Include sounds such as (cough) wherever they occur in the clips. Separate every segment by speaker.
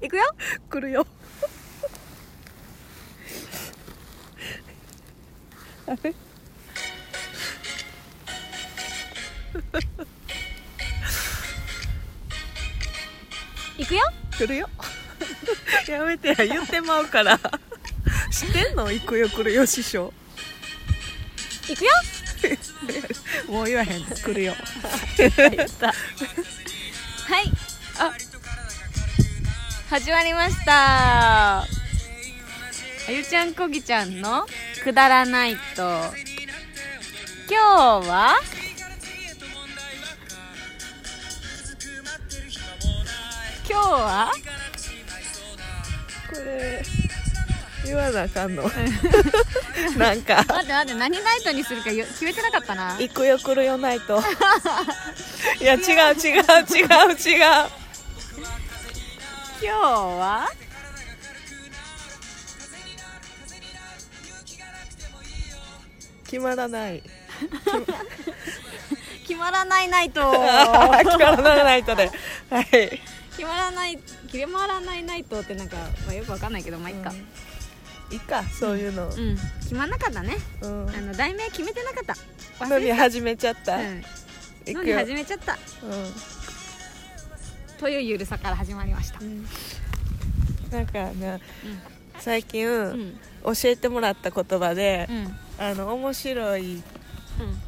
Speaker 1: いくよ
Speaker 2: 来るよあれ
Speaker 1: いくよ
Speaker 2: 来るよやめて言ってまうから知ってんの行くよ来るよ師匠
Speaker 1: いくよ
Speaker 2: もう言わへん来るよ
Speaker 1: 言ったはいあ始まりましたあゆちゃんこぎちゃんのくだらないと今日は今日は
Speaker 2: これ言わなあかんの (laughs) なんか
Speaker 1: 待って待って何ナイトにするかよ決めてなかったな
Speaker 2: 行くよ来るよない (laughs) といや違う違う違う違う
Speaker 1: 今日は
Speaker 2: 決まらない
Speaker 1: 決まらないナイト
Speaker 2: (laughs)
Speaker 1: (laughs)
Speaker 2: あー決まらないとではい
Speaker 1: 決まらない決まらないナイトってなんか、まあ、よくわかんないけどまあいっか
Speaker 2: うんいいかそういうの
Speaker 1: うん、決まんなかったね
Speaker 2: うん、
Speaker 1: あの題名決めてなかった
Speaker 2: の
Speaker 1: 忘
Speaker 2: に
Speaker 1: れ
Speaker 2: 始めちゃった、
Speaker 1: うん
Speaker 2: 行
Speaker 1: の
Speaker 2: く
Speaker 1: に
Speaker 2: よ、
Speaker 1: 始めちゃったというゆるさから始まりました
Speaker 2: う、ん、なんかね
Speaker 1: う
Speaker 2: 最近、
Speaker 1: んうん
Speaker 2: 教えてもらった言葉で
Speaker 1: う、ん
Speaker 2: あの面白い
Speaker 1: うん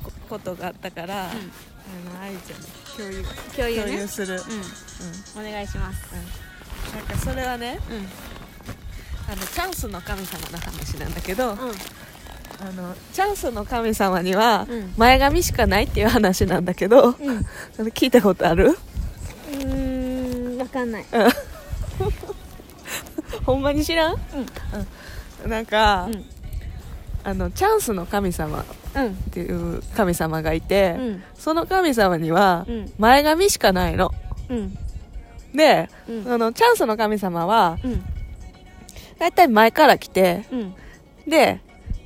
Speaker 2: こことがあったから、
Speaker 1: うん
Speaker 2: あの愛ちゃんに共有
Speaker 1: 共有
Speaker 2: 共
Speaker 1: ね
Speaker 2: 有する、うん
Speaker 1: うんお願いします
Speaker 2: なんかそれはね
Speaker 1: う
Speaker 2: あのチャンスの神様の話なんだけど、
Speaker 1: んうん
Speaker 2: あのチャンスの神様には
Speaker 1: うん
Speaker 2: 前髪しかないっていう話なんだけ (laughs) ど、
Speaker 1: うん
Speaker 2: あの聞いたことある、
Speaker 1: うん分かんない
Speaker 2: うん、 (laughs) ほんまに知らん、うんなんか、
Speaker 1: うん
Speaker 2: あのチャンスの神様っ
Speaker 1: うん
Speaker 2: ていう神様がいて、
Speaker 1: うん
Speaker 2: その神様には
Speaker 1: うん
Speaker 2: 前髪しかないの。
Speaker 1: うん
Speaker 2: で、
Speaker 1: うん
Speaker 2: あのチャンスの神様は
Speaker 1: うん
Speaker 2: だいたい前から来て
Speaker 1: うん
Speaker 2: で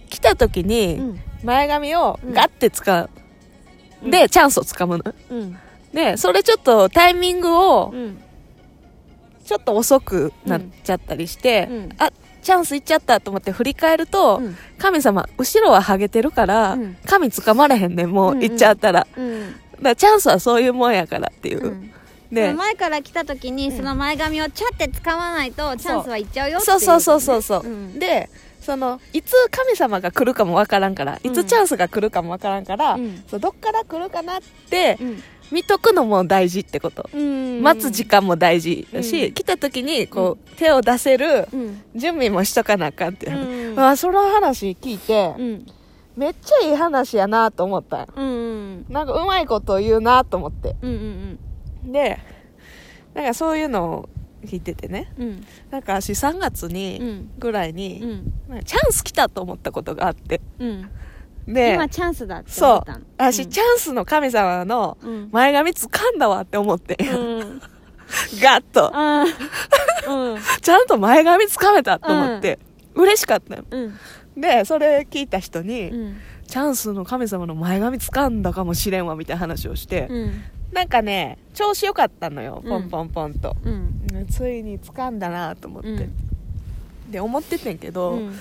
Speaker 2: 来た時
Speaker 1: う
Speaker 2: に
Speaker 1: ん
Speaker 2: 前髪を
Speaker 1: うん
Speaker 2: ガッて使う、
Speaker 1: うん
Speaker 2: でチャンスをつかむの
Speaker 1: うん
Speaker 2: でそれちょっとタイミングを
Speaker 1: うん
Speaker 2: ちょっと遅くなっちゃったりして、
Speaker 1: うん
Speaker 2: あチャンスいっちゃったと思って振り返ると、
Speaker 1: うん
Speaker 2: 神様後ろはハゲてるから、
Speaker 1: うん
Speaker 2: 神つかまれへんねんも
Speaker 1: う
Speaker 2: うん
Speaker 1: うん
Speaker 2: 行っちゃったら,、
Speaker 1: うん
Speaker 2: だからチャンスはそういうもんやからっていう、
Speaker 1: うん
Speaker 2: で
Speaker 1: 前から来た時にその前髪をちょって掴まないとチャンスはいっちゃうよってい
Speaker 2: そううそうそうそうそう、
Speaker 1: ん
Speaker 2: でそのいつ神様が来るかもわからんからいつチャンスが来るかもわからんから、
Speaker 1: うん
Speaker 2: そうどっから来るかなって
Speaker 1: うん
Speaker 2: 見とくのも大事ってこと、
Speaker 1: うん
Speaker 2: 待つ時間も大事だし、
Speaker 1: うん
Speaker 2: 来た時にこう、手を出せる
Speaker 1: うん
Speaker 2: 準備もしとかなあかんって、
Speaker 1: うん
Speaker 2: あその話聞いて、
Speaker 1: うん
Speaker 2: めっちゃいい話やなと思ったんよ
Speaker 1: うんうん
Speaker 2: なんかうまいこと言うなと思って
Speaker 1: うんうん
Speaker 2: でなんかそういうのを聞いててね
Speaker 1: うん
Speaker 2: なんか私3月
Speaker 1: う
Speaker 2: に
Speaker 1: ん
Speaker 2: ぐらい
Speaker 1: うんう
Speaker 2: に、
Speaker 1: ん
Speaker 2: なんかチャンス来たと思ったことがあって
Speaker 1: うん
Speaker 2: で
Speaker 1: 今チャンスだって思
Speaker 2: そ
Speaker 1: っ
Speaker 2: う
Speaker 1: たの。
Speaker 2: 私、
Speaker 1: うん
Speaker 2: チャンスの神様の
Speaker 1: うん
Speaker 2: 前髪掴んだわって思って、
Speaker 1: うん
Speaker 2: (laughs) ガッと、
Speaker 1: あーうん
Speaker 2: ちゃんと前髪掴めたと思って、嬉しかったよ。
Speaker 1: うん
Speaker 2: で、それ聞いた人に、
Speaker 1: うん
Speaker 2: チャンスの神様の前髪掴んだかもしれんわ、みたいな話をして、
Speaker 1: うん
Speaker 2: なんかね、調子良かったのよ、
Speaker 1: うん
Speaker 2: ポンポンポンと。
Speaker 1: うん
Speaker 2: ついに掴んだなと思って。で、思っててんけ
Speaker 1: う
Speaker 2: ど、
Speaker 1: ん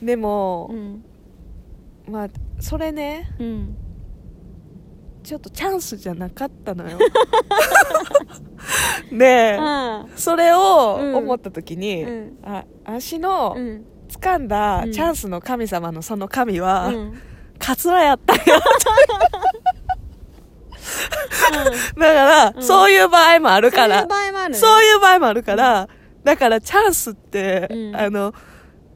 Speaker 2: でも
Speaker 1: う、ん
Speaker 2: まあ、それね、
Speaker 1: うん
Speaker 2: ちょっとチャンスじゃなかったのよ。 (laughs) ねえ。
Speaker 1: あ
Speaker 2: それを
Speaker 1: うん
Speaker 2: 思った時に、
Speaker 1: うん
Speaker 2: あ足
Speaker 1: ーう
Speaker 2: の
Speaker 1: ん
Speaker 2: 掴んだ
Speaker 1: うん
Speaker 2: チャンスの神様のその神は、
Speaker 1: うん
Speaker 2: カツラやったよ (laughs) だから、
Speaker 1: うん
Speaker 2: そういう場合もある
Speaker 1: そ
Speaker 2: か
Speaker 1: ういう
Speaker 2: ら
Speaker 1: 場合もあるね
Speaker 2: そういう場合もあるから、だからチャンスって、
Speaker 1: うん
Speaker 2: あの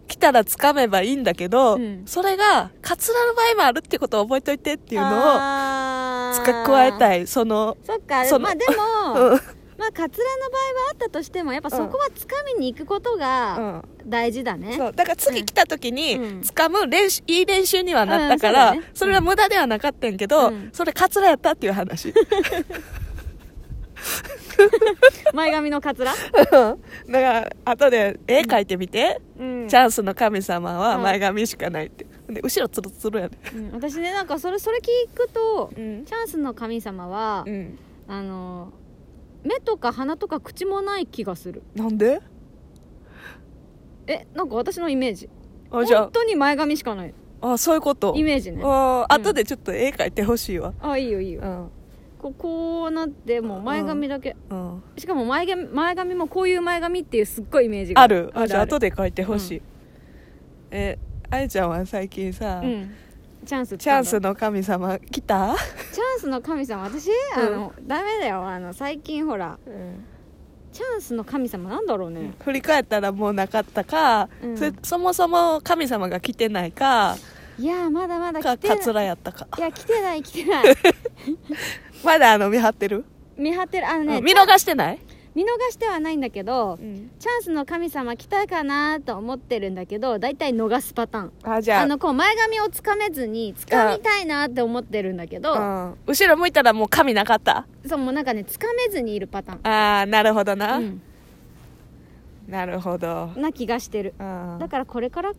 Speaker 2: 来たら掴めばいいんだけど、
Speaker 1: うん
Speaker 2: それがカツラの場合もあるってことを覚えといてっていうのを
Speaker 1: あ
Speaker 2: 付
Speaker 1: ー
Speaker 2: け加えたいその
Speaker 1: そっか
Speaker 2: その
Speaker 1: まあで
Speaker 2: う
Speaker 1: も
Speaker 2: ん、
Speaker 1: まあカツラの場合はあったとしてもやっぱそこはつかみに行くこと
Speaker 2: う
Speaker 1: が
Speaker 2: ん
Speaker 1: 大事だね
Speaker 2: そうだから次来た時に
Speaker 1: うん
Speaker 2: 掴む練習、いい練習にはなったから、
Speaker 1: うんそうだね
Speaker 2: それは無駄ではなかったんやけど、
Speaker 1: うん
Speaker 2: それカツラやったっていう話
Speaker 1: (laughs) 前髪のカツラ
Speaker 2: だから後で絵描いてみて、
Speaker 1: うん
Speaker 2: チャンスの神様は
Speaker 1: うん
Speaker 2: 前髪しかないって、で後ろツルツルやね
Speaker 1: うん私ねなんかそれそれ聞くと
Speaker 2: うん
Speaker 1: チャンスの神様は
Speaker 2: うん
Speaker 1: あの目とか鼻とか口もない気がする
Speaker 2: なんで
Speaker 1: えなんか私のイメージ
Speaker 2: あじゃ
Speaker 1: 本当に前髪しかない
Speaker 2: ああそういうこと
Speaker 1: イメージね
Speaker 2: あ
Speaker 1: う
Speaker 2: あ
Speaker 1: ん
Speaker 2: 後でちょっと絵描いてほしいわ
Speaker 1: あいいよいいよ
Speaker 2: ん
Speaker 1: ここうなってもう前髪だけ、
Speaker 2: うん
Speaker 1: しかも前髪前髪もこういう前髪っていうすっごいイメージが
Speaker 2: あるあじゃあ
Speaker 1: る
Speaker 2: 後で描いてほしい、えあゆちゃんは最近さ、
Speaker 1: うんチャンス
Speaker 2: チャンスの神様来た、
Speaker 1: チャンスの神様私、あのダメだよあの最近ほらチャンスの神様なんだろうね
Speaker 2: 振り返ったらもうなかったか、
Speaker 1: うん
Speaker 2: それそもそも神様が来てないか
Speaker 1: いやーまだまだ
Speaker 2: か
Speaker 1: 来てな
Speaker 2: か
Speaker 1: い
Speaker 2: つらやったか
Speaker 1: いや来てない
Speaker 2: (laughs)
Speaker 1: 来てない
Speaker 2: まだあの見張ってる、
Speaker 1: 見張ってるあのね
Speaker 2: 見逃してない、
Speaker 1: 見逃してはないんだけどチャンスの神様来たかなと思ってるんだけど大体逃すパターン
Speaker 2: あじゃあ
Speaker 1: あのこう前髪をつかめずにつかみたいなって思ってるんだけど
Speaker 2: うん、後ろ向いたらもう神なかった
Speaker 1: そうもうなんかねつかめずにいるパターン
Speaker 2: ああなるほどな、
Speaker 1: うん
Speaker 2: なるほど、
Speaker 1: な気がしてる
Speaker 2: うん
Speaker 1: だからこれから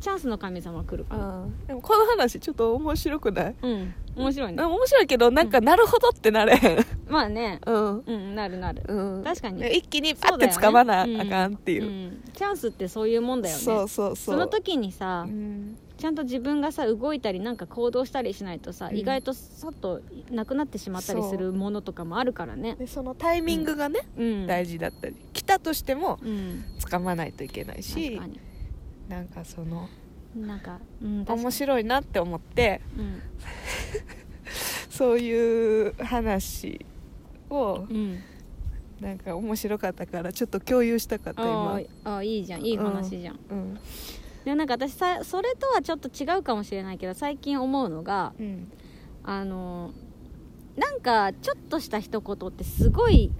Speaker 1: チャンスの神様来るか
Speaker 2: う
Speaker 1: ら
Speaker 2: ん、でもこの話ちょっと面白くない
Speaker 1: うん面白いね
Speaker 2: 面白いけどなんかなるほどってなれへん
Speaker 1: まあね
Speaker 2: うん、
Speaker 1: うんなるなる
Speaker 2: うん、
Speaker 1: 確かに
Speaker 2: 一気にパッて掴まなあ
Speaker 1: そうだよね
Speaker 2: かんっていうう、
Speaker 1: んチャンスってそういうもんだよね
Speaker 2: そうそうそう
Speaker 1: その時にさ
Speaker 2: うん
Speaker 1: ちゃんと自分がさ動いたりなんか行動したりしないとさ、
Speaker 2: うん
Speaker 1: 意外とさっとなくなってしまったりするものとかもあるからね
Speaker 2: でそのタイミングがね、
Speaker 1: うん
Speaker 2: 大事だったり来たとしても
Speaker 1: うん
Speaker 2: 掴まないといけない
Speaker 1: 確
Speaker 2: し
Speaker 1: かに
Speaker 2: なんかその
Speaker 1: なんかうん確か
Speaker 2: 面
Speaker 1: に
Speaker 2: 白いなって思って
Speaker 1: うん
Speaker 2: そういう話を
Speaker 1: うん
Speaker 2: なんか面白かったからちょっと共有したかった
Speaker 1: あ
Speaker 2: 今
Speaker 1: ーあーいいじゃんいい話じゃん、
Speaker 2: うん
Speaker 1: でもなんか私さそれとはちょっと違うかもしれないけど最近思うのが
Speaker 2: うん
Speaker 1: あのなんかちょっとした一言ってすごい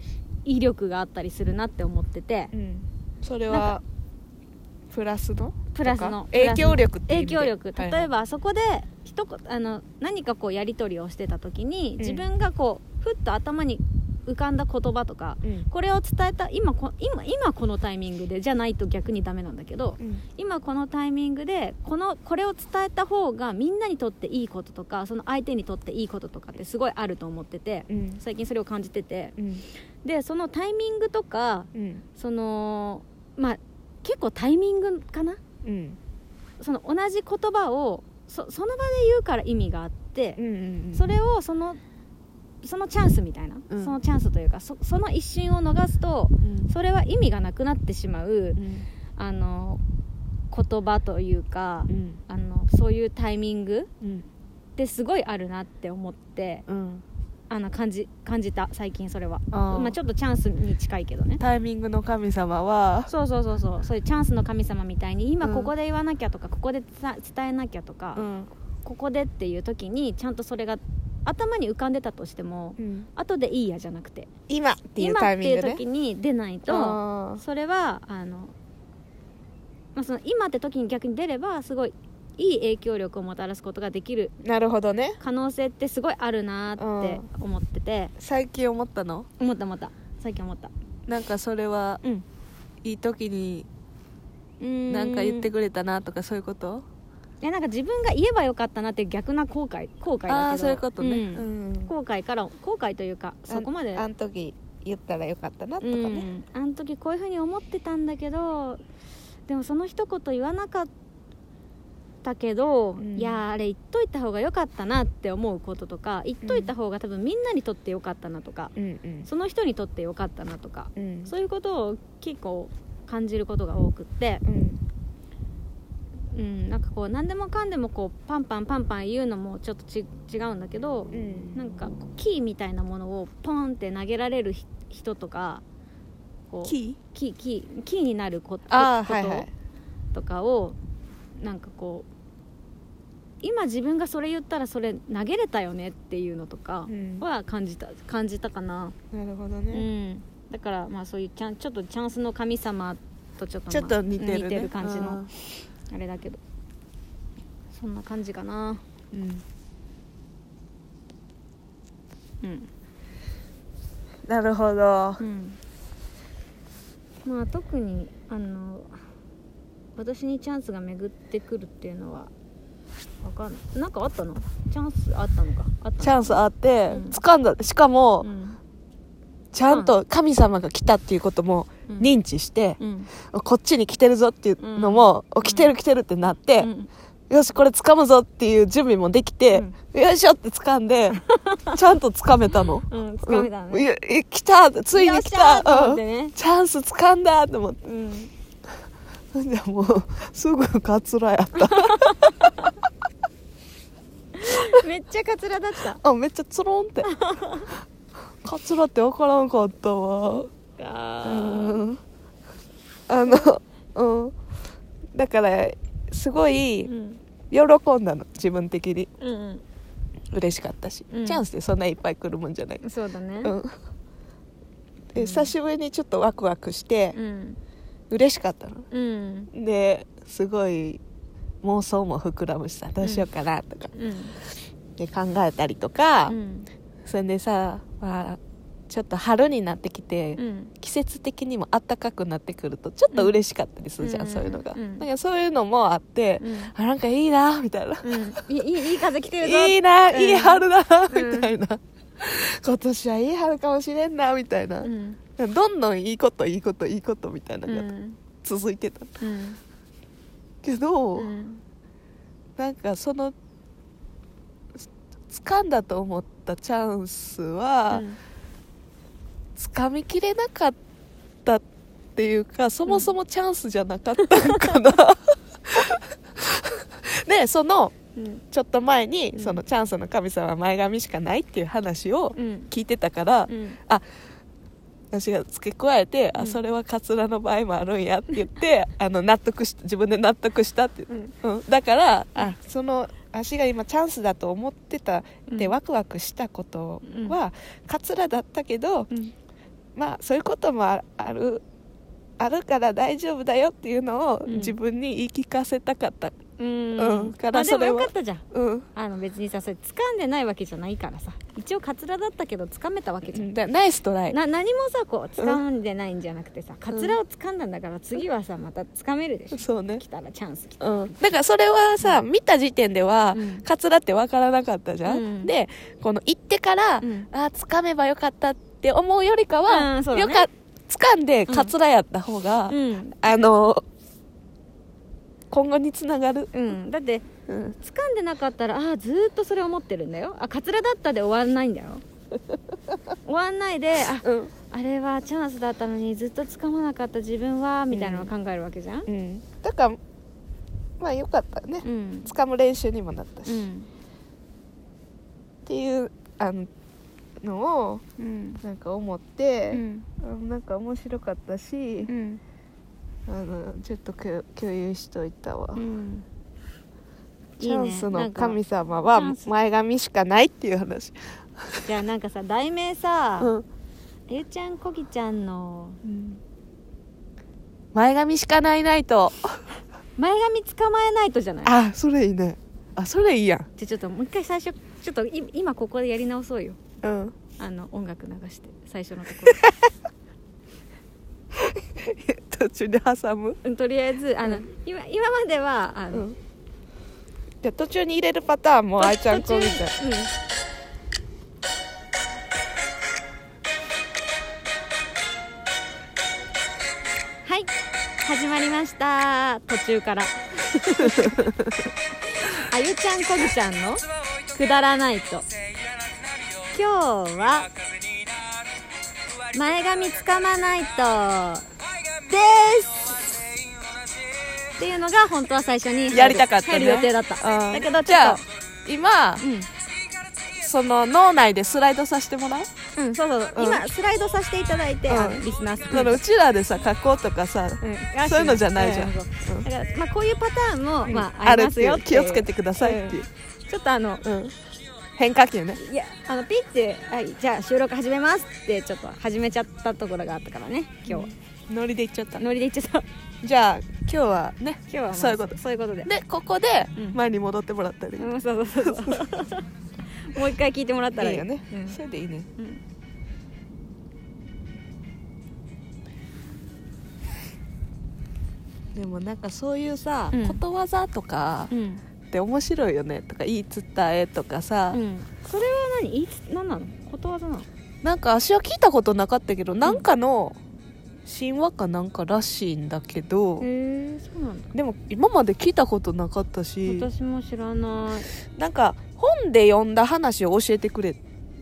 Speaker 1: 威力があったりするなって思ってて、
Speaker 2: うんそれ
Speaker 1: なん
Speaker 2: はプラスの
Speaker 1: プラスの
Speaker 2: とか
Speaker 1: プラスの
Speaker 2: 影響力っていう意
Speaker 1: 影
Speaker 2: 味で
Speaker 1: 響力
Speaker 2: はい
Speaker 1: 例えばあそこで一言あの何かこうやり取りをしてた時に
Speaker 2: ん
Speaker 1: 自分がこうふっと頭に浮かんだ言葉とか
Speaker 2: うん
Speaker 1: これを伝えた今こ今今このタイミングでじゃないと逆にダメなんだけど
Speaker 2: うん
Speaker 1: 今このタイミングでこのこれを伝えた方がみんなにとっていいこととかその相手にとっていいこととかってすごいあると思ってて
Speaker 2: うん
Speaker 1: 最近それを感じてて
Speaker 2: うん
Speaker 1: でそのタイミングとか
Speaker 2: うん
Speaker 1: そのまあ結構タイミングかな
Speaker 2: うん
Speaker 1: その同じ言葉をそその場で言うから意味があって
Speaker 2: う、んうん
Speaker 1: それをそのそのチャンスみたいな、
Speaker 2: うん
Speaker 1: そのチャンスというかそその一瞬を逃すと
Speaker 2: うん
Speaker 1: それは意味がなくなってしまう
Speaker 2: うん
Speaker 1: あの言葉というか、
Speaker 2: うん
Speaker 1: あのそういうタイミング
Speaker 2: うん
Speaker 1: ってすごいあるなって思って
Speaker 2: うん
Speaker 1: あの感じ感じた最近それは
Speaker 2: あー
Speaker 1: まあ、ちょっとチャンスに近いけどね
Speaker 2: タイミングの神様は
Speaker 1: そうそうそうそうそういうチャンスの神様みたいに今
Speaker 2: うん
Speaker 1: ここで言わなきゃとか、ここで伝伝えなきゃとか、
Speaker 2: ん
Speaker 1: ここでっていう時にちゃんとそれが頭に浮かんでたとしても
Speaker 2: うん
Speaker 1: 後でいいやじゃなくて
Speaker 2: 今っていうタイミング
Speaker 1: 今っ
Speaker 2: ね
Speaker 1: ていう時に出ないと
Speaker 2: あー
Speaker 1: それはあの、まあ、その今って時に逆に出ればすごいいい影響力をもたらすことができる
Speaker 2: なるほどね
Speaker 1: 可能性ってすごいあるなーって思ってて
Speaker 2: 最近思ったの
Speaker 1: 思った思った最近思った
Speaker 2: なんかそれは
Speaker 1: うん
Speaker 2: いい時に
Speaker 1: うーん
Speaker 2: なんか言ってくれたなとかそういうこと
Speaker 1: いやなんか自分が言えばよかったなっていう逆な後悔後悔だけど
Speaker 2: ああーそういうことね
Speaker 1: うん
Speaker 2: うん
Speaker 1: 後悔から後悔というかそこまで
Speaker 2: あん時言ったらよかったなとか
Speaker 1: う
Speaker 2: ね
Speaker 1: ん、あの時こういうふうに思ってたんだけどでもその一言言わなかったけど、
Speaker 2: うん
Speaker 1: いやーあれ言っといた方が良かったなって思うこととか言っといた方が多分みんなにとって良かったなとか、
Speaker 2: うんうん
Speaker 1: その人にとって良かったなとか、
Speaker 2: うん
Speaker 1: そういうことを結構感じることが多くって、
Speaker 2: うん
Speaker 1: うん、なんかこう何でもかんでもこうパンパンパンパン言うのもちょっとち違うんだけど、
Speaker 2: うん
Speaker 1: なんかこうキーみたいなものをポンって投げられるひ人とかこう
Speaker 2: キ
Speaker 1: キーキーキーになるこ
Speaker 2: ああ
Speaker 1: こ
Speaker 2: はいはい
Speaker 1: ととかをなんかこう今自分がそれ言ったらそれ投げれたよねっていうのとか
Speaker 2: うんな
Speaker 1: は感じた感じたかな、
Speaker 2: るほど
Speaker 1: う
Speaker 2: ね
Speaker 1: ん、だからまあそういうちゃんちょっとチャンスの神様とちょっと,、まあ
Speaker 2: ちょっと似てるね
Speaker 1: 似てる感じ
Speaker 2: う
Speaker 1: の
Speaker 2: ん
Speaker 1: あれだけどそんな感じかな
Speaker 2: うん
Speaker 1: うん、
Speaker 2: なるほど
Speaker 1: うん、まあ特にあの私にチャンスが巡ってくるっていうのはわかんないなんかあったのチャンスあったのかあったの
Speaker 2: チャンスあって
Speaker 1: うん
Speaker 2: 掴んだしかも
Speaker 1: うん
Speaker 2: ちゃんと神様が来たっていうことも
Speaker 1: うん
Speaker 2: 認知して、
Speaker 1: うん
Speaker 2: こっちに来てるぞっていうのも、
Speaker 1: うん
Speaker 2: お来てる来てるってなって
Speaker 1: う、ん
Speaker 2: よしこれ掴むぞっていう準備もできて、よいしょって掴ん
Speaker 1: (laughs)
Speaker 2: でちゃんと掴めたの。
Speaker 1: うん掴めた
Speaker 2: うん
Speaker 1: ね
Speaker 2: いやえ来たついに来
Speaker 1: よ
Speaker 2: た
Speaker 1: っしゃーと思
Speaker 2: う
Speaker 1: っ
Speaker 2: ん
Speaker 1: てね
Speaker 2: チャンス掴んだと思って
Speaker 1: うん
Speaker 2: じゃあもうすぐカツラやった (laughs)
Speaker 1: めっちゃカツラだった
Speaker 2: あめっちゃつろんって (laughs) カツラって分からんかったわうんあのうんだからすご
Speaker 1: う
Speaker 2: い
Speaker 1: ん
Speaker 2: 喜んだの自分的に
Speaker 1: うん
Speaker 2: 嬉しかったし、
Speaker 1: うん
Speaker 2: チャンスでそんないっぱい来るもんじゃない、
Speaker 1: うんそうだね
Speaker 2: うん、で久しぶりにちょっとワクワクして
Speaker 1: うん
Speaker 2: 嬉しかったの
Speaker 1: うん
Speaker 2: ですごい妄想も膨らむしさどうしようかなとか、
Speaker 1: うん
Speaker 2: で考えたりとか、
Speaker 1: うん
Speaker 2: それでさ、まあ、ちょっと春になってきて、
Speaker 1: うん
Speaker 2: 季節的にも暖かくなってくるとちょっと嬉しかったりするじゃん、
Speaker 1: うん
Speaker 2: そういうのが、
Speaker 1: うん
Speaker 2: なんかそういうのもあって、
Speaker 1: うん
Speaker 2: あなんかいいなみたいな、
Speaker 1: うんいいいいいい風来てるぞ
Speaker 2: いいな、
Speaker 1: うん
Speaker 2: いい春だ
Speaker 1: うん
Speaker 2: みたいな、今年はいい春かもしれんなみたいな
Speaker 1: う、ん
Speaker 2: どんどんいいこといいこといいことみたいな
Speaker 1: う
Speaker 2: のが
Speaker 1: ん
Speaker 2: 続いてた
Speaker 1: うん
Speaker 2: けど、
Speaker 1: うん
Speaker 2: なんかその掴んだと思ったチャンスは、
Speaker 1: うん
Speaker 2: 掴みきれなかったっていうかそもそもチャンスじゃなかったのか
Speaker 1: (laughs)
Speaker 2: な、でその
Speaker 1: うん
Speaker 2: ちょっと前に、
Speaker 1: うん
Speaker 2: そのチャンスの神様は前髪しかないっていう話を
Speaker 1: うん
Speaker 2: 聞いてたから、
Speaker 1: うん
Speaker 2: 私が付け加えて、
Speaker 1: う
Speaker 2: あ
Speaker 1: ん
Speaker 2: それはカツラの場合もあるんやって言って、あの納得し自分で納得したって
Speaker 1: うん
Speaker 2: うん、だからあその足が今チャンスだと思ってたで、
Speaker 1: うん
Speaker 2: ワクワクしたことはカツラだったけど
Speaker 1: うん
Speaker 2: まあそういうこともああるあるから大丈夫だよっていうのを
Speaker 1: うん
Speaker 2: 自分に言い聞かせたかった、
Speaker 1: うん
Speaker 2: うんから
Speaker 1: まあで
Speaker 2: そ
Speaker 1: も
Speaker 2: れ
Speaker 1: よ
Speaker 2: は
Speaker 1: かったじゃん
Speaker 2: うん
Speaker 1: あの別にさそれ掴んでないわけじゃないからさ一応カツラだったけど掴めたわけじゃん
Speaker 2: だナイストライ
Speaker 1: な何もさこう掴んでないんじゃなくてさ、カツラを掴んだんだから次はさまた掴めるでしょ、
Speaker 2: そうね
Speaker 1: 来たらチャンス来た
Speaker 2: うん、だからそれはさ、見た時点では、
Speaker 1: うん
Speaker 2: カツラってわからなかったじゃん、
Speaker 1: うん
Speaker 2: でこの行ってから、
Speaker 1: うん
Speaker 2: あつかめばよかったって思うよりかは、
Speaker 1: うんそうだ
Speaker 2: よ
Speaker 1: ね
Speaker 2: か掴んでカツラやった方が、
Speaker 1: うん、
Speaker 2: あの今後につながる、
Speaker 1: うん、だって
Speaker 2: うん、
Speaker 1: 掴んでなかったらあーずーっとそれ思ってるんだよあカツラだったで終わんないん
Speaker 2: (laughs)
Speaker 1: だよ終わんないであ
Speaker 2: うん
Speaker 1: あれはチャンスだったのにずっと掴まなかった自分はみたいなのを考えるわけじゃん
Speaker 2: だからまあよかったね
Speaker 1: うん
Speaker 2: 掴む練習にもなったし、
Speaker 1: う
Speaker 2: っ
Speaker 1: ん
Speaker 2: ていうあののを
Speaker 1: うん
Speaker 2: なんか思っ
Speaker 1: う
Speaker 2: て、
Speaker 1: ん
Speaker 2: うんなんか面白かったし
Speaker 1: う、ん
Speaker 2: あのちょっと共共有しといたわ、
Speaker 1: うん
Speaker 2: チャンス
Speaker 1: いいねな
Speaker 2: の
Speaker 1: んか
Speaker 2: 神様は
Speaker 1: チャンス
Speaker 2: 前髪しかないっていう話
Speaker 1: じゃあなんかさ題名さ、
Speaker 2: うん、
Speaker 1: ゆうちゃんこぎちゃんの
Speaker 2: 前髪しかないないと
Speaker 1: 前髪捕まえないとじゃない
Speaker 2: あそれいいねあそれいいやん
Speaker 1: じゃあちょっともう一回最初ちょっとい今ここでやり直そうよ
Speaker 2: うん
Speaker 1: あの音楽流して最初のとこ
Speaker 2: 途中で挟む
Speaker 1: ろうんとりあえずあの、今今まではあの、
Speaker 2: うんじゃあ途中に入れるパターンもあいちゃんこみたい
Speaker 1: 途中うんはい始まりました途中から (laughs) あゆちゃんこぎちゃんのくだらないと今日は前髪つかまないとですっていうのが本当は最初に入
Speaker 2: (laughs)
Speaker 1: る
Speaker 2: やりたかったね
Speaker 1: 入る予定だった、
Speaker 2: うん
Speaker 1: だけどち
Speaker 2: じ
Speaker 1: ょ
Speaker 2: ゃ
Speaker 1: っ
Speaker 2: あ今
Speaker 1: とうん
Speaker 2: その脳内でスライドさせてもらう
Speaker 1: うん、そうそう、
Speaker 2: うん
Speaker 1: 今スライドさせていただいて、
Speaker 2: うん
Speaker 1: あのリスナーさん
Speaker 2: そのうちらでさ加工とかさ、
Speaker 1: うん
Speaker 2: そういうのじゃないじゃん、
Speaker 1: うそう
Speaker 2: う
Speaker 1: だから、まあ、こういうパターンも、
Speaker 2: ん
Speaker 1: まあ、あ
Speaker 2: ある
Speaker 1: り
Speaker 2: っ
Speaker 1: ます
Speaker 2: てい
Speaker 1: よ
Speaker 2: う
Speaker 1: ってい
Speaker 2: 気
Speaker 1: う
Speaker 2: をつけてくださいっていう、
Speaker 1: ちょっとあの
Speaker 2: うん変化球ね
Speaker 1: いやあのピッて「はいじゃあ収録始めます」ってちょっと始めちゃったところがあったからね今日、
Speaker 2: ノリでいっちゃった
Speaker 1: ノリで言っちゃった
Speaker 2: じゃあ今日はね
Speaker 1: 今日は、まあ
Speaker 2: そういうこと
Speaker 1: そういうことで、
Speaker 2: でここで
Speaker 1: うん
Speaker 2: 前に戻ってもらったり、
Speaker 1: うん、そうそ
Speaker 2: (laughs)
Speaker 1: うそうそうもう一回聞いてもらったら
Speaker 2: い
Speaker 1: い
Speaker 2: い
Speaker 1: い
Speaker 2: よね、
Speaker 1: うん
Speaker 2: それでいいね
Speaker 1: うん
Speaker 2: でもなんかそういうさ、
Speaker 1: うん
Speaker 2: ことわざとか
Speaker 1: うん
Speaker 2: って面白いよねとか言い伝えとかさ、
Speaker 1: うんそれは何いつ何なのことわざなの
Speaker 2: なんか私は聞いたことなかったけど、なんかの神話かなんからしいんだけど、
Speaker 1: へえそうなんだ
Speaker 2: でも今まで聞いたことなかったし
Speaker 1: 私も知らない、
Speaker 2: なんか本で読んだ話を教えてくれ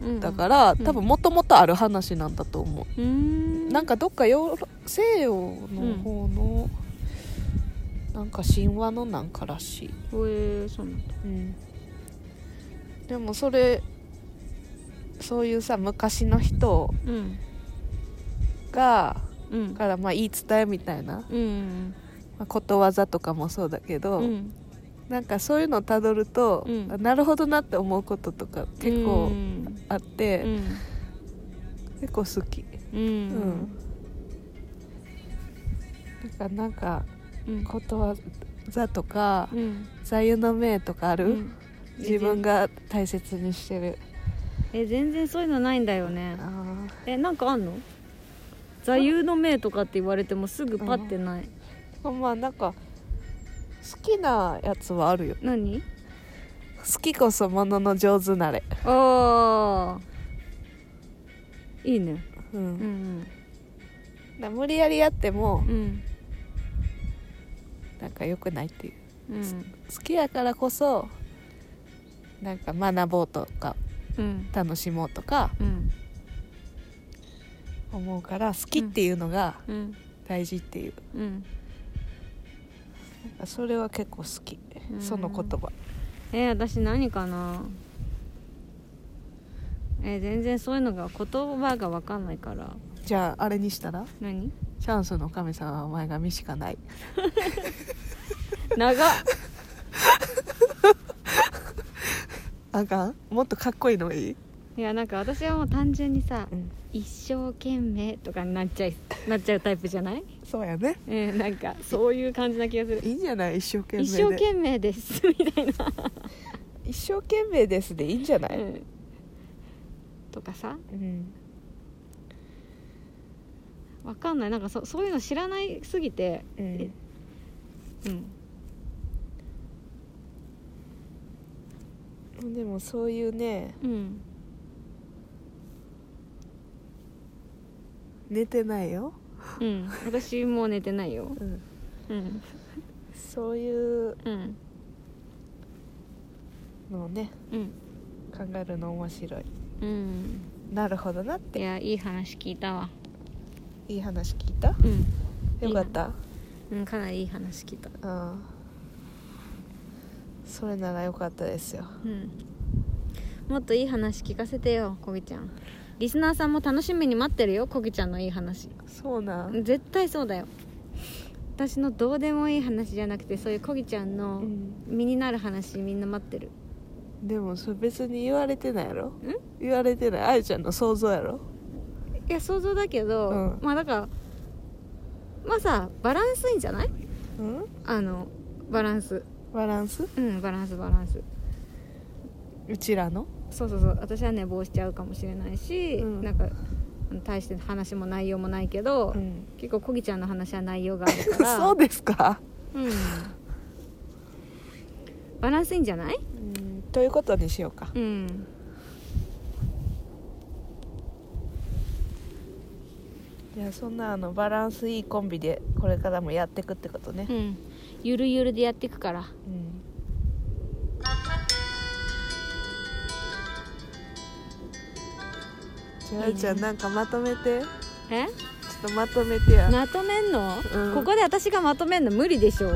Speaker 1: うん、
Speaker 2: たから、
Speaker 1: ん
Speaker 2: 多分もともとある話なんだと思
Speaker 1: うー
Speaker 2: う、
Speaker 1: ん
Speaker 2: なんかどっかヨーロ西洋の方の、なんか神話のなんからしい、
Speaker 1: へえそうなんだ
Speaker 2: でもそれそういうさ昔の人
Speaker 1: うん
Speaker 2: が
Speaker 1: うん
Speaker 2: からまあ言い伝えみたいな、
Speaker 1: うん
Speaker 2: まあことわざとかもそうだけ
Speaker 1: う
Speaker 2: ど、
Speaker 1: ん
Speaker 2: なんかそういうのをたどると、
Speaker 1: うん
Speaker 2: あなるほどなって思うこととか結
Speaker 1: う
Speaker 2: 構
Speaker 1: ん
Speaker 2: あって、
Speaker 1: うん
Speaker 2: 結構好き
Speaker 1: う
Speaker 2: うん
Speaker 1: ん、
Speaker 2: なんかなんか
Speaker 1: うん
Speaker 2: ことわざとか
Speaker 1: うん
Speaker 2: 座右の銘とかあ
Speaker 1: う
Speaker 2: る、
Speaker 1: ん
Speaker 2: 自分が大切にしてる
Speaker 1: え全然そういうのないんだよね
Speaker 2: あー
Speaker 1: えなんかあんの座右の銘とかって言われてもすぐパッてない、
Speaker 2: まあなんか好きなやつはあるよ
Speaker 1: 何
Speaker 2: 好きこそものの上手なれ、
Speaker 1: ああいいね
Speaker 2: う
Speaker 1: うんん
Speaker 2: な無理やりやっても
Speaker 1: うん
Speaker 2: なんか良くないっていう
Speaker 1: うん
Speaker 2: 好きやからこそなんか学ぼうとか
Speaker 1: うん
Speaker 2: 楽しもうとか
Speaker 1: うん
Speaker 2: 思うから好きっていうのが
Speaker 1: うん
Speaker 2: 大事っていう、
Speaker 1: うん
Speaker 2: それは結構好き
Speaker 1: ん
Speaker 2: その言葉
Speaker 1: えー私何かなえー全然そういうのが言葉が分かんないから
Speaker 2: じゃああれにしたら
Speaker 1: 何
Speaker 2: チャンスの神様はお前が身しかない
Speaker 1: (laughs) 長っ
Speaker 2: あかんもっとかっこいいのいい、
Speaker 1: いやなんか私はもう単純にさ
Speaker 2: うん、
Speaker 1: 一生懸命とかになっちゃいなっちゃうタイプじゃない
Speaker 2: そうやね
Speaker 1: うんなんかそういう感じな気がする
Speaker 2: いいんじゃない一生懸命で
Speaker 1: 一生懸命です (laughs) みたいな、
Speaker 2: 一生懸命ですでいいんじゃな
Speaker 1: う
Speaker 2: い、
Speaker 1: んとかさ
Speaker 2: うん
Speaker 1: わかんないなんかそそういうの知らないすぎて
Speaker 2: うん
Speaker 1: うん
Speaker 2: でもそういうね
Speaker 1: うん
Speaker 2: 寝てないよ、
Speaker 1: うん私もう寝てないよ
Speaker 2: うん、
Speaker 1: うん
Speaker 2: そういう
Speaker 1: うん
Speaker 2: のをね
Speaker 1: うん
Speaker 2: 考えるの面白い
Speaker 1: うん
Speaker 2: なるほどなっ
Speaker 1: い
Speaker 2: て
Speaker 1: やいい話聞いたわ
Speaker 2: いい話聞いた
Speaker 1: うん
Speaker 2: よかった
Speaker 1: うんかなりいい話聞いた
Speaker 2: うんそれならよかったですよ
Speaker 1: うんもっといい話聞かせてよこぎちゃんリスナーさんも楽しみに待ってるよこぎちゃんのいい話
Speaker 2: そうなん
Speaker 1: 絶対そうだよ私のどうでもいい話じゃなくてそういうこぎちゃんの
Speaker 2: うん
Speaker 1: 身になる話みんな待ってる
Speaker 2: でもそれ別に言われてないやろ
Speaker 1: ん
Speaker 2: 言われてないあゆちゃんの想像やろ
Speaker 1: いや想像だけど、
Speaker 2: うん
Speaker 1: まあだからまあさバランスいいんじゃない
Speaker 2: うん
Speaker 1: あのバランス
Speaker 2: バランス
Speaker 1: うんバランスバランス
Speaker 2: うちらの
Speaker 1: そうそうそう私は寝坊しちゃうかもしれないし、
Speaker 2: うん
Speaker 1: なんかあの大して話も内容もないけど、
Speaker 2: ん
Speaker 1: 結構こぎちゃんの話は内容があるから
Speaker 2: (laughs) そうですか
Speaker 1: うんバランスいいんじゃない
Speaker 2: うんということにしようか
Speaker 1: うん
Speaker 2: じゃあそんなあのバランスいいコンビでこれからもやっていくってことね
Speaker 1: うんゆるゆるでやっていくから
Speaker 2: うんじゃああゆちゃ
Speaker 1: い
Speaker 2: ん
Speaker 1: いね
Speaker 2: なんかまとめてちょ
Speaker 1: え
Speaker 2: っとまとめてや
Speaker 1: まとめんの、
Speaker 2: うん
Speaker 1: ここで私がまとめんの無理でしょ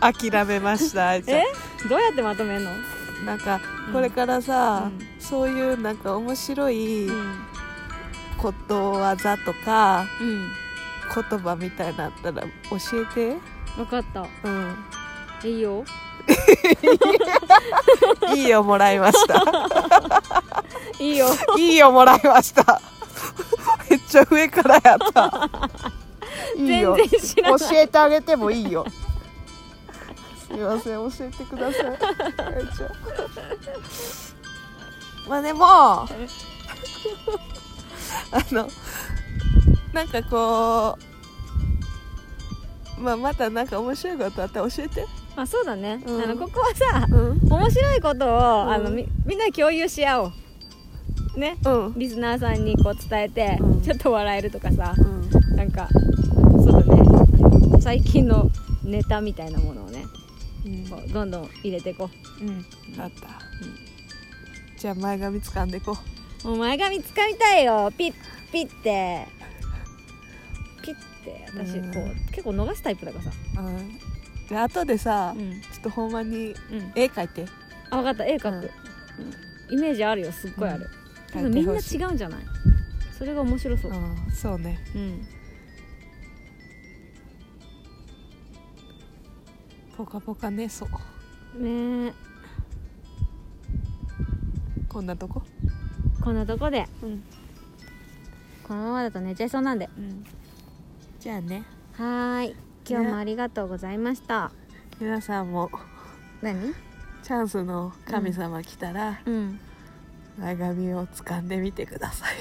Speaker 2: 諦めましたあゆちゃん
Speaker 1: (laughs) えどうやってまとめんの
Speaker 2: なんかこれからさ、
Speaker 1: うん
Speaker 2: そういうなんか面白い
Speaker 1: うん
Speaker 2: ことわざとか
Speaker 1: うん
Speaker 2: 言葉みたいなのあったら教えて
Speaker 1: 分かった
Speaker 2: う
Speaker 1: いいよ
Speaker 2: んいいよもらいま
Speaker 1: (laughs)
Speaker 2: した
Speaker 1: いいよ
Speaker 2: いいよもらいましためっちゃ上からや
Speaker 1: (laughs)
Speaker 2: ったいいよ
Speaker 1: (laughs) 全然知らない
Speaker 2: 教えてあげてもいいよすいません教えてくださいあいちゃんまあでもあのなんかこうまあまたなんか面白いことあったら教えて
Speaker 1: まあそうだね、
Speaker 2: うん
Speaker 1: あのここはさ
Speaker 2: うん
Speaker 1: 面白いことを、
Speaker 2: うん
Speaker 1: あのみみんなで共有し合おうね、
Speaker 2: うん
Speaker 1: リスナーさんにこう伝えて、
Speaker 2: うん
Speaker 1: ちょっと笑えるとかさ
Speaker 2: う、ん
Speaker 1: なんかそうだね最近のネタみたいなものをね
Speaker 2: うん
Speaker 1: こうどんどん入れていこう、うん、
Speaker 2: あった、じゃあ前髪掴んでいこ
Speaker 1: もう前髪掴みたいよピッピッてピッて私
Speaker 2: うん
Speaker 1: こう結構逃すタイプだからさ
Speaker 2: う、うん、で後でさ、
Speaker 1: うん
Speaker 2: ちょっとほんまに
Speaker 1: うん
Speaker 2: 絵描いて
Speaker 1: あ分かった絵描く、うんイメージあるよすっごいある、多分みんな違うんじゃないそれが面白そう
Speaker 2: う、ん、そうね
Speaker 1: うん、
Speaker 2: ポカポカねそう
Speaker 1: ねえ
Speaker 2: こんなとこ
Speaker 1: こんなとこで
Speaker 2: うん、
Speaker 1: このままだと寝ちゃいそうなんで
Speaker 2: うん、じゃあね
Speaker 1: はーい今日もありがとうございました、
Speaker 2: 皆さんも
Speaker 1: 何
Speaker 2: チャンスの神様来たら
Speaker 1: うん
Speaker 2: 前髪を掴んでみてください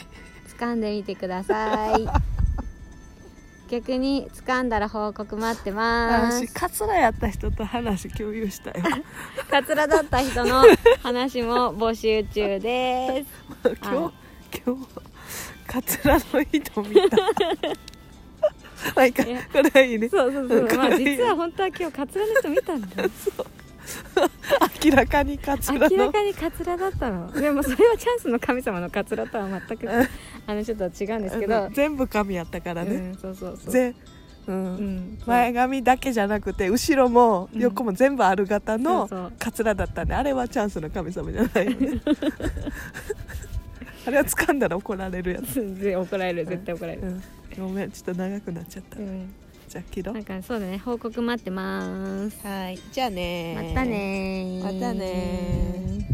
Speaker 1: 掴んでみてくださ (laughs) い逆に掴んだら報告待ってます
Speaker 2: 私カツラやった人と話共有したよ
Speaker 1: (laughs) カツラだった人の話も募集中です
Speaker 2: 今日
Speaker 1: あ
Speaker 2: 今日カツラの人見
Speaker 1: (laughs)
Speaker 2: たまあいいか
Speaker 1: いや
Speaker 2: これはいいね
Speaker 1: (laughs) そうそうそう、まあ、
Speaker 2: 可愛い
Speaker 1: 実は本当は今日カツラの (laughs) 人見たんだよ
Speaker 2: 明らかにカツラ
Speaker 1: 明ら
Speaker 2: の
Speaker 1: かにカツラだったのでもそれはチャンスの神様のカツラとは全くあのちょっと違うんですけど
Speaker 2: うん全部髪やったから
Speaker 1: う
Speaker 2: ね、
Speaker 1: んそうそうそう、
Speaker 2: ぜうん
Speaker 1: うん、
Speaker 2: 前髪だけじゃなくて後ろも
Speaker 1: うん
Speaker 2: 横も全部ある型の
Speaker 1: そうそう
Speaker 2: カツラだったんであれはチャンスの神様じゃないよ
Speaker 1: (laughs)
Speaker 2: ねあれは掴んだら怒られるやつ、
Speaker 1: で怒られる絶対怒られ
Speaker 2: う
Speaker 1: る、
Speaker 2: ん、ごめんちょっと長くなっちゃった、
Speaker 1: うん、
Speaker 2: じゃあ切ろう
Speaker 1: なんかそうだね報告待ってます
Speaker 2: はいじゃあね
Speaker 1: またねー
Speaker 2: またねー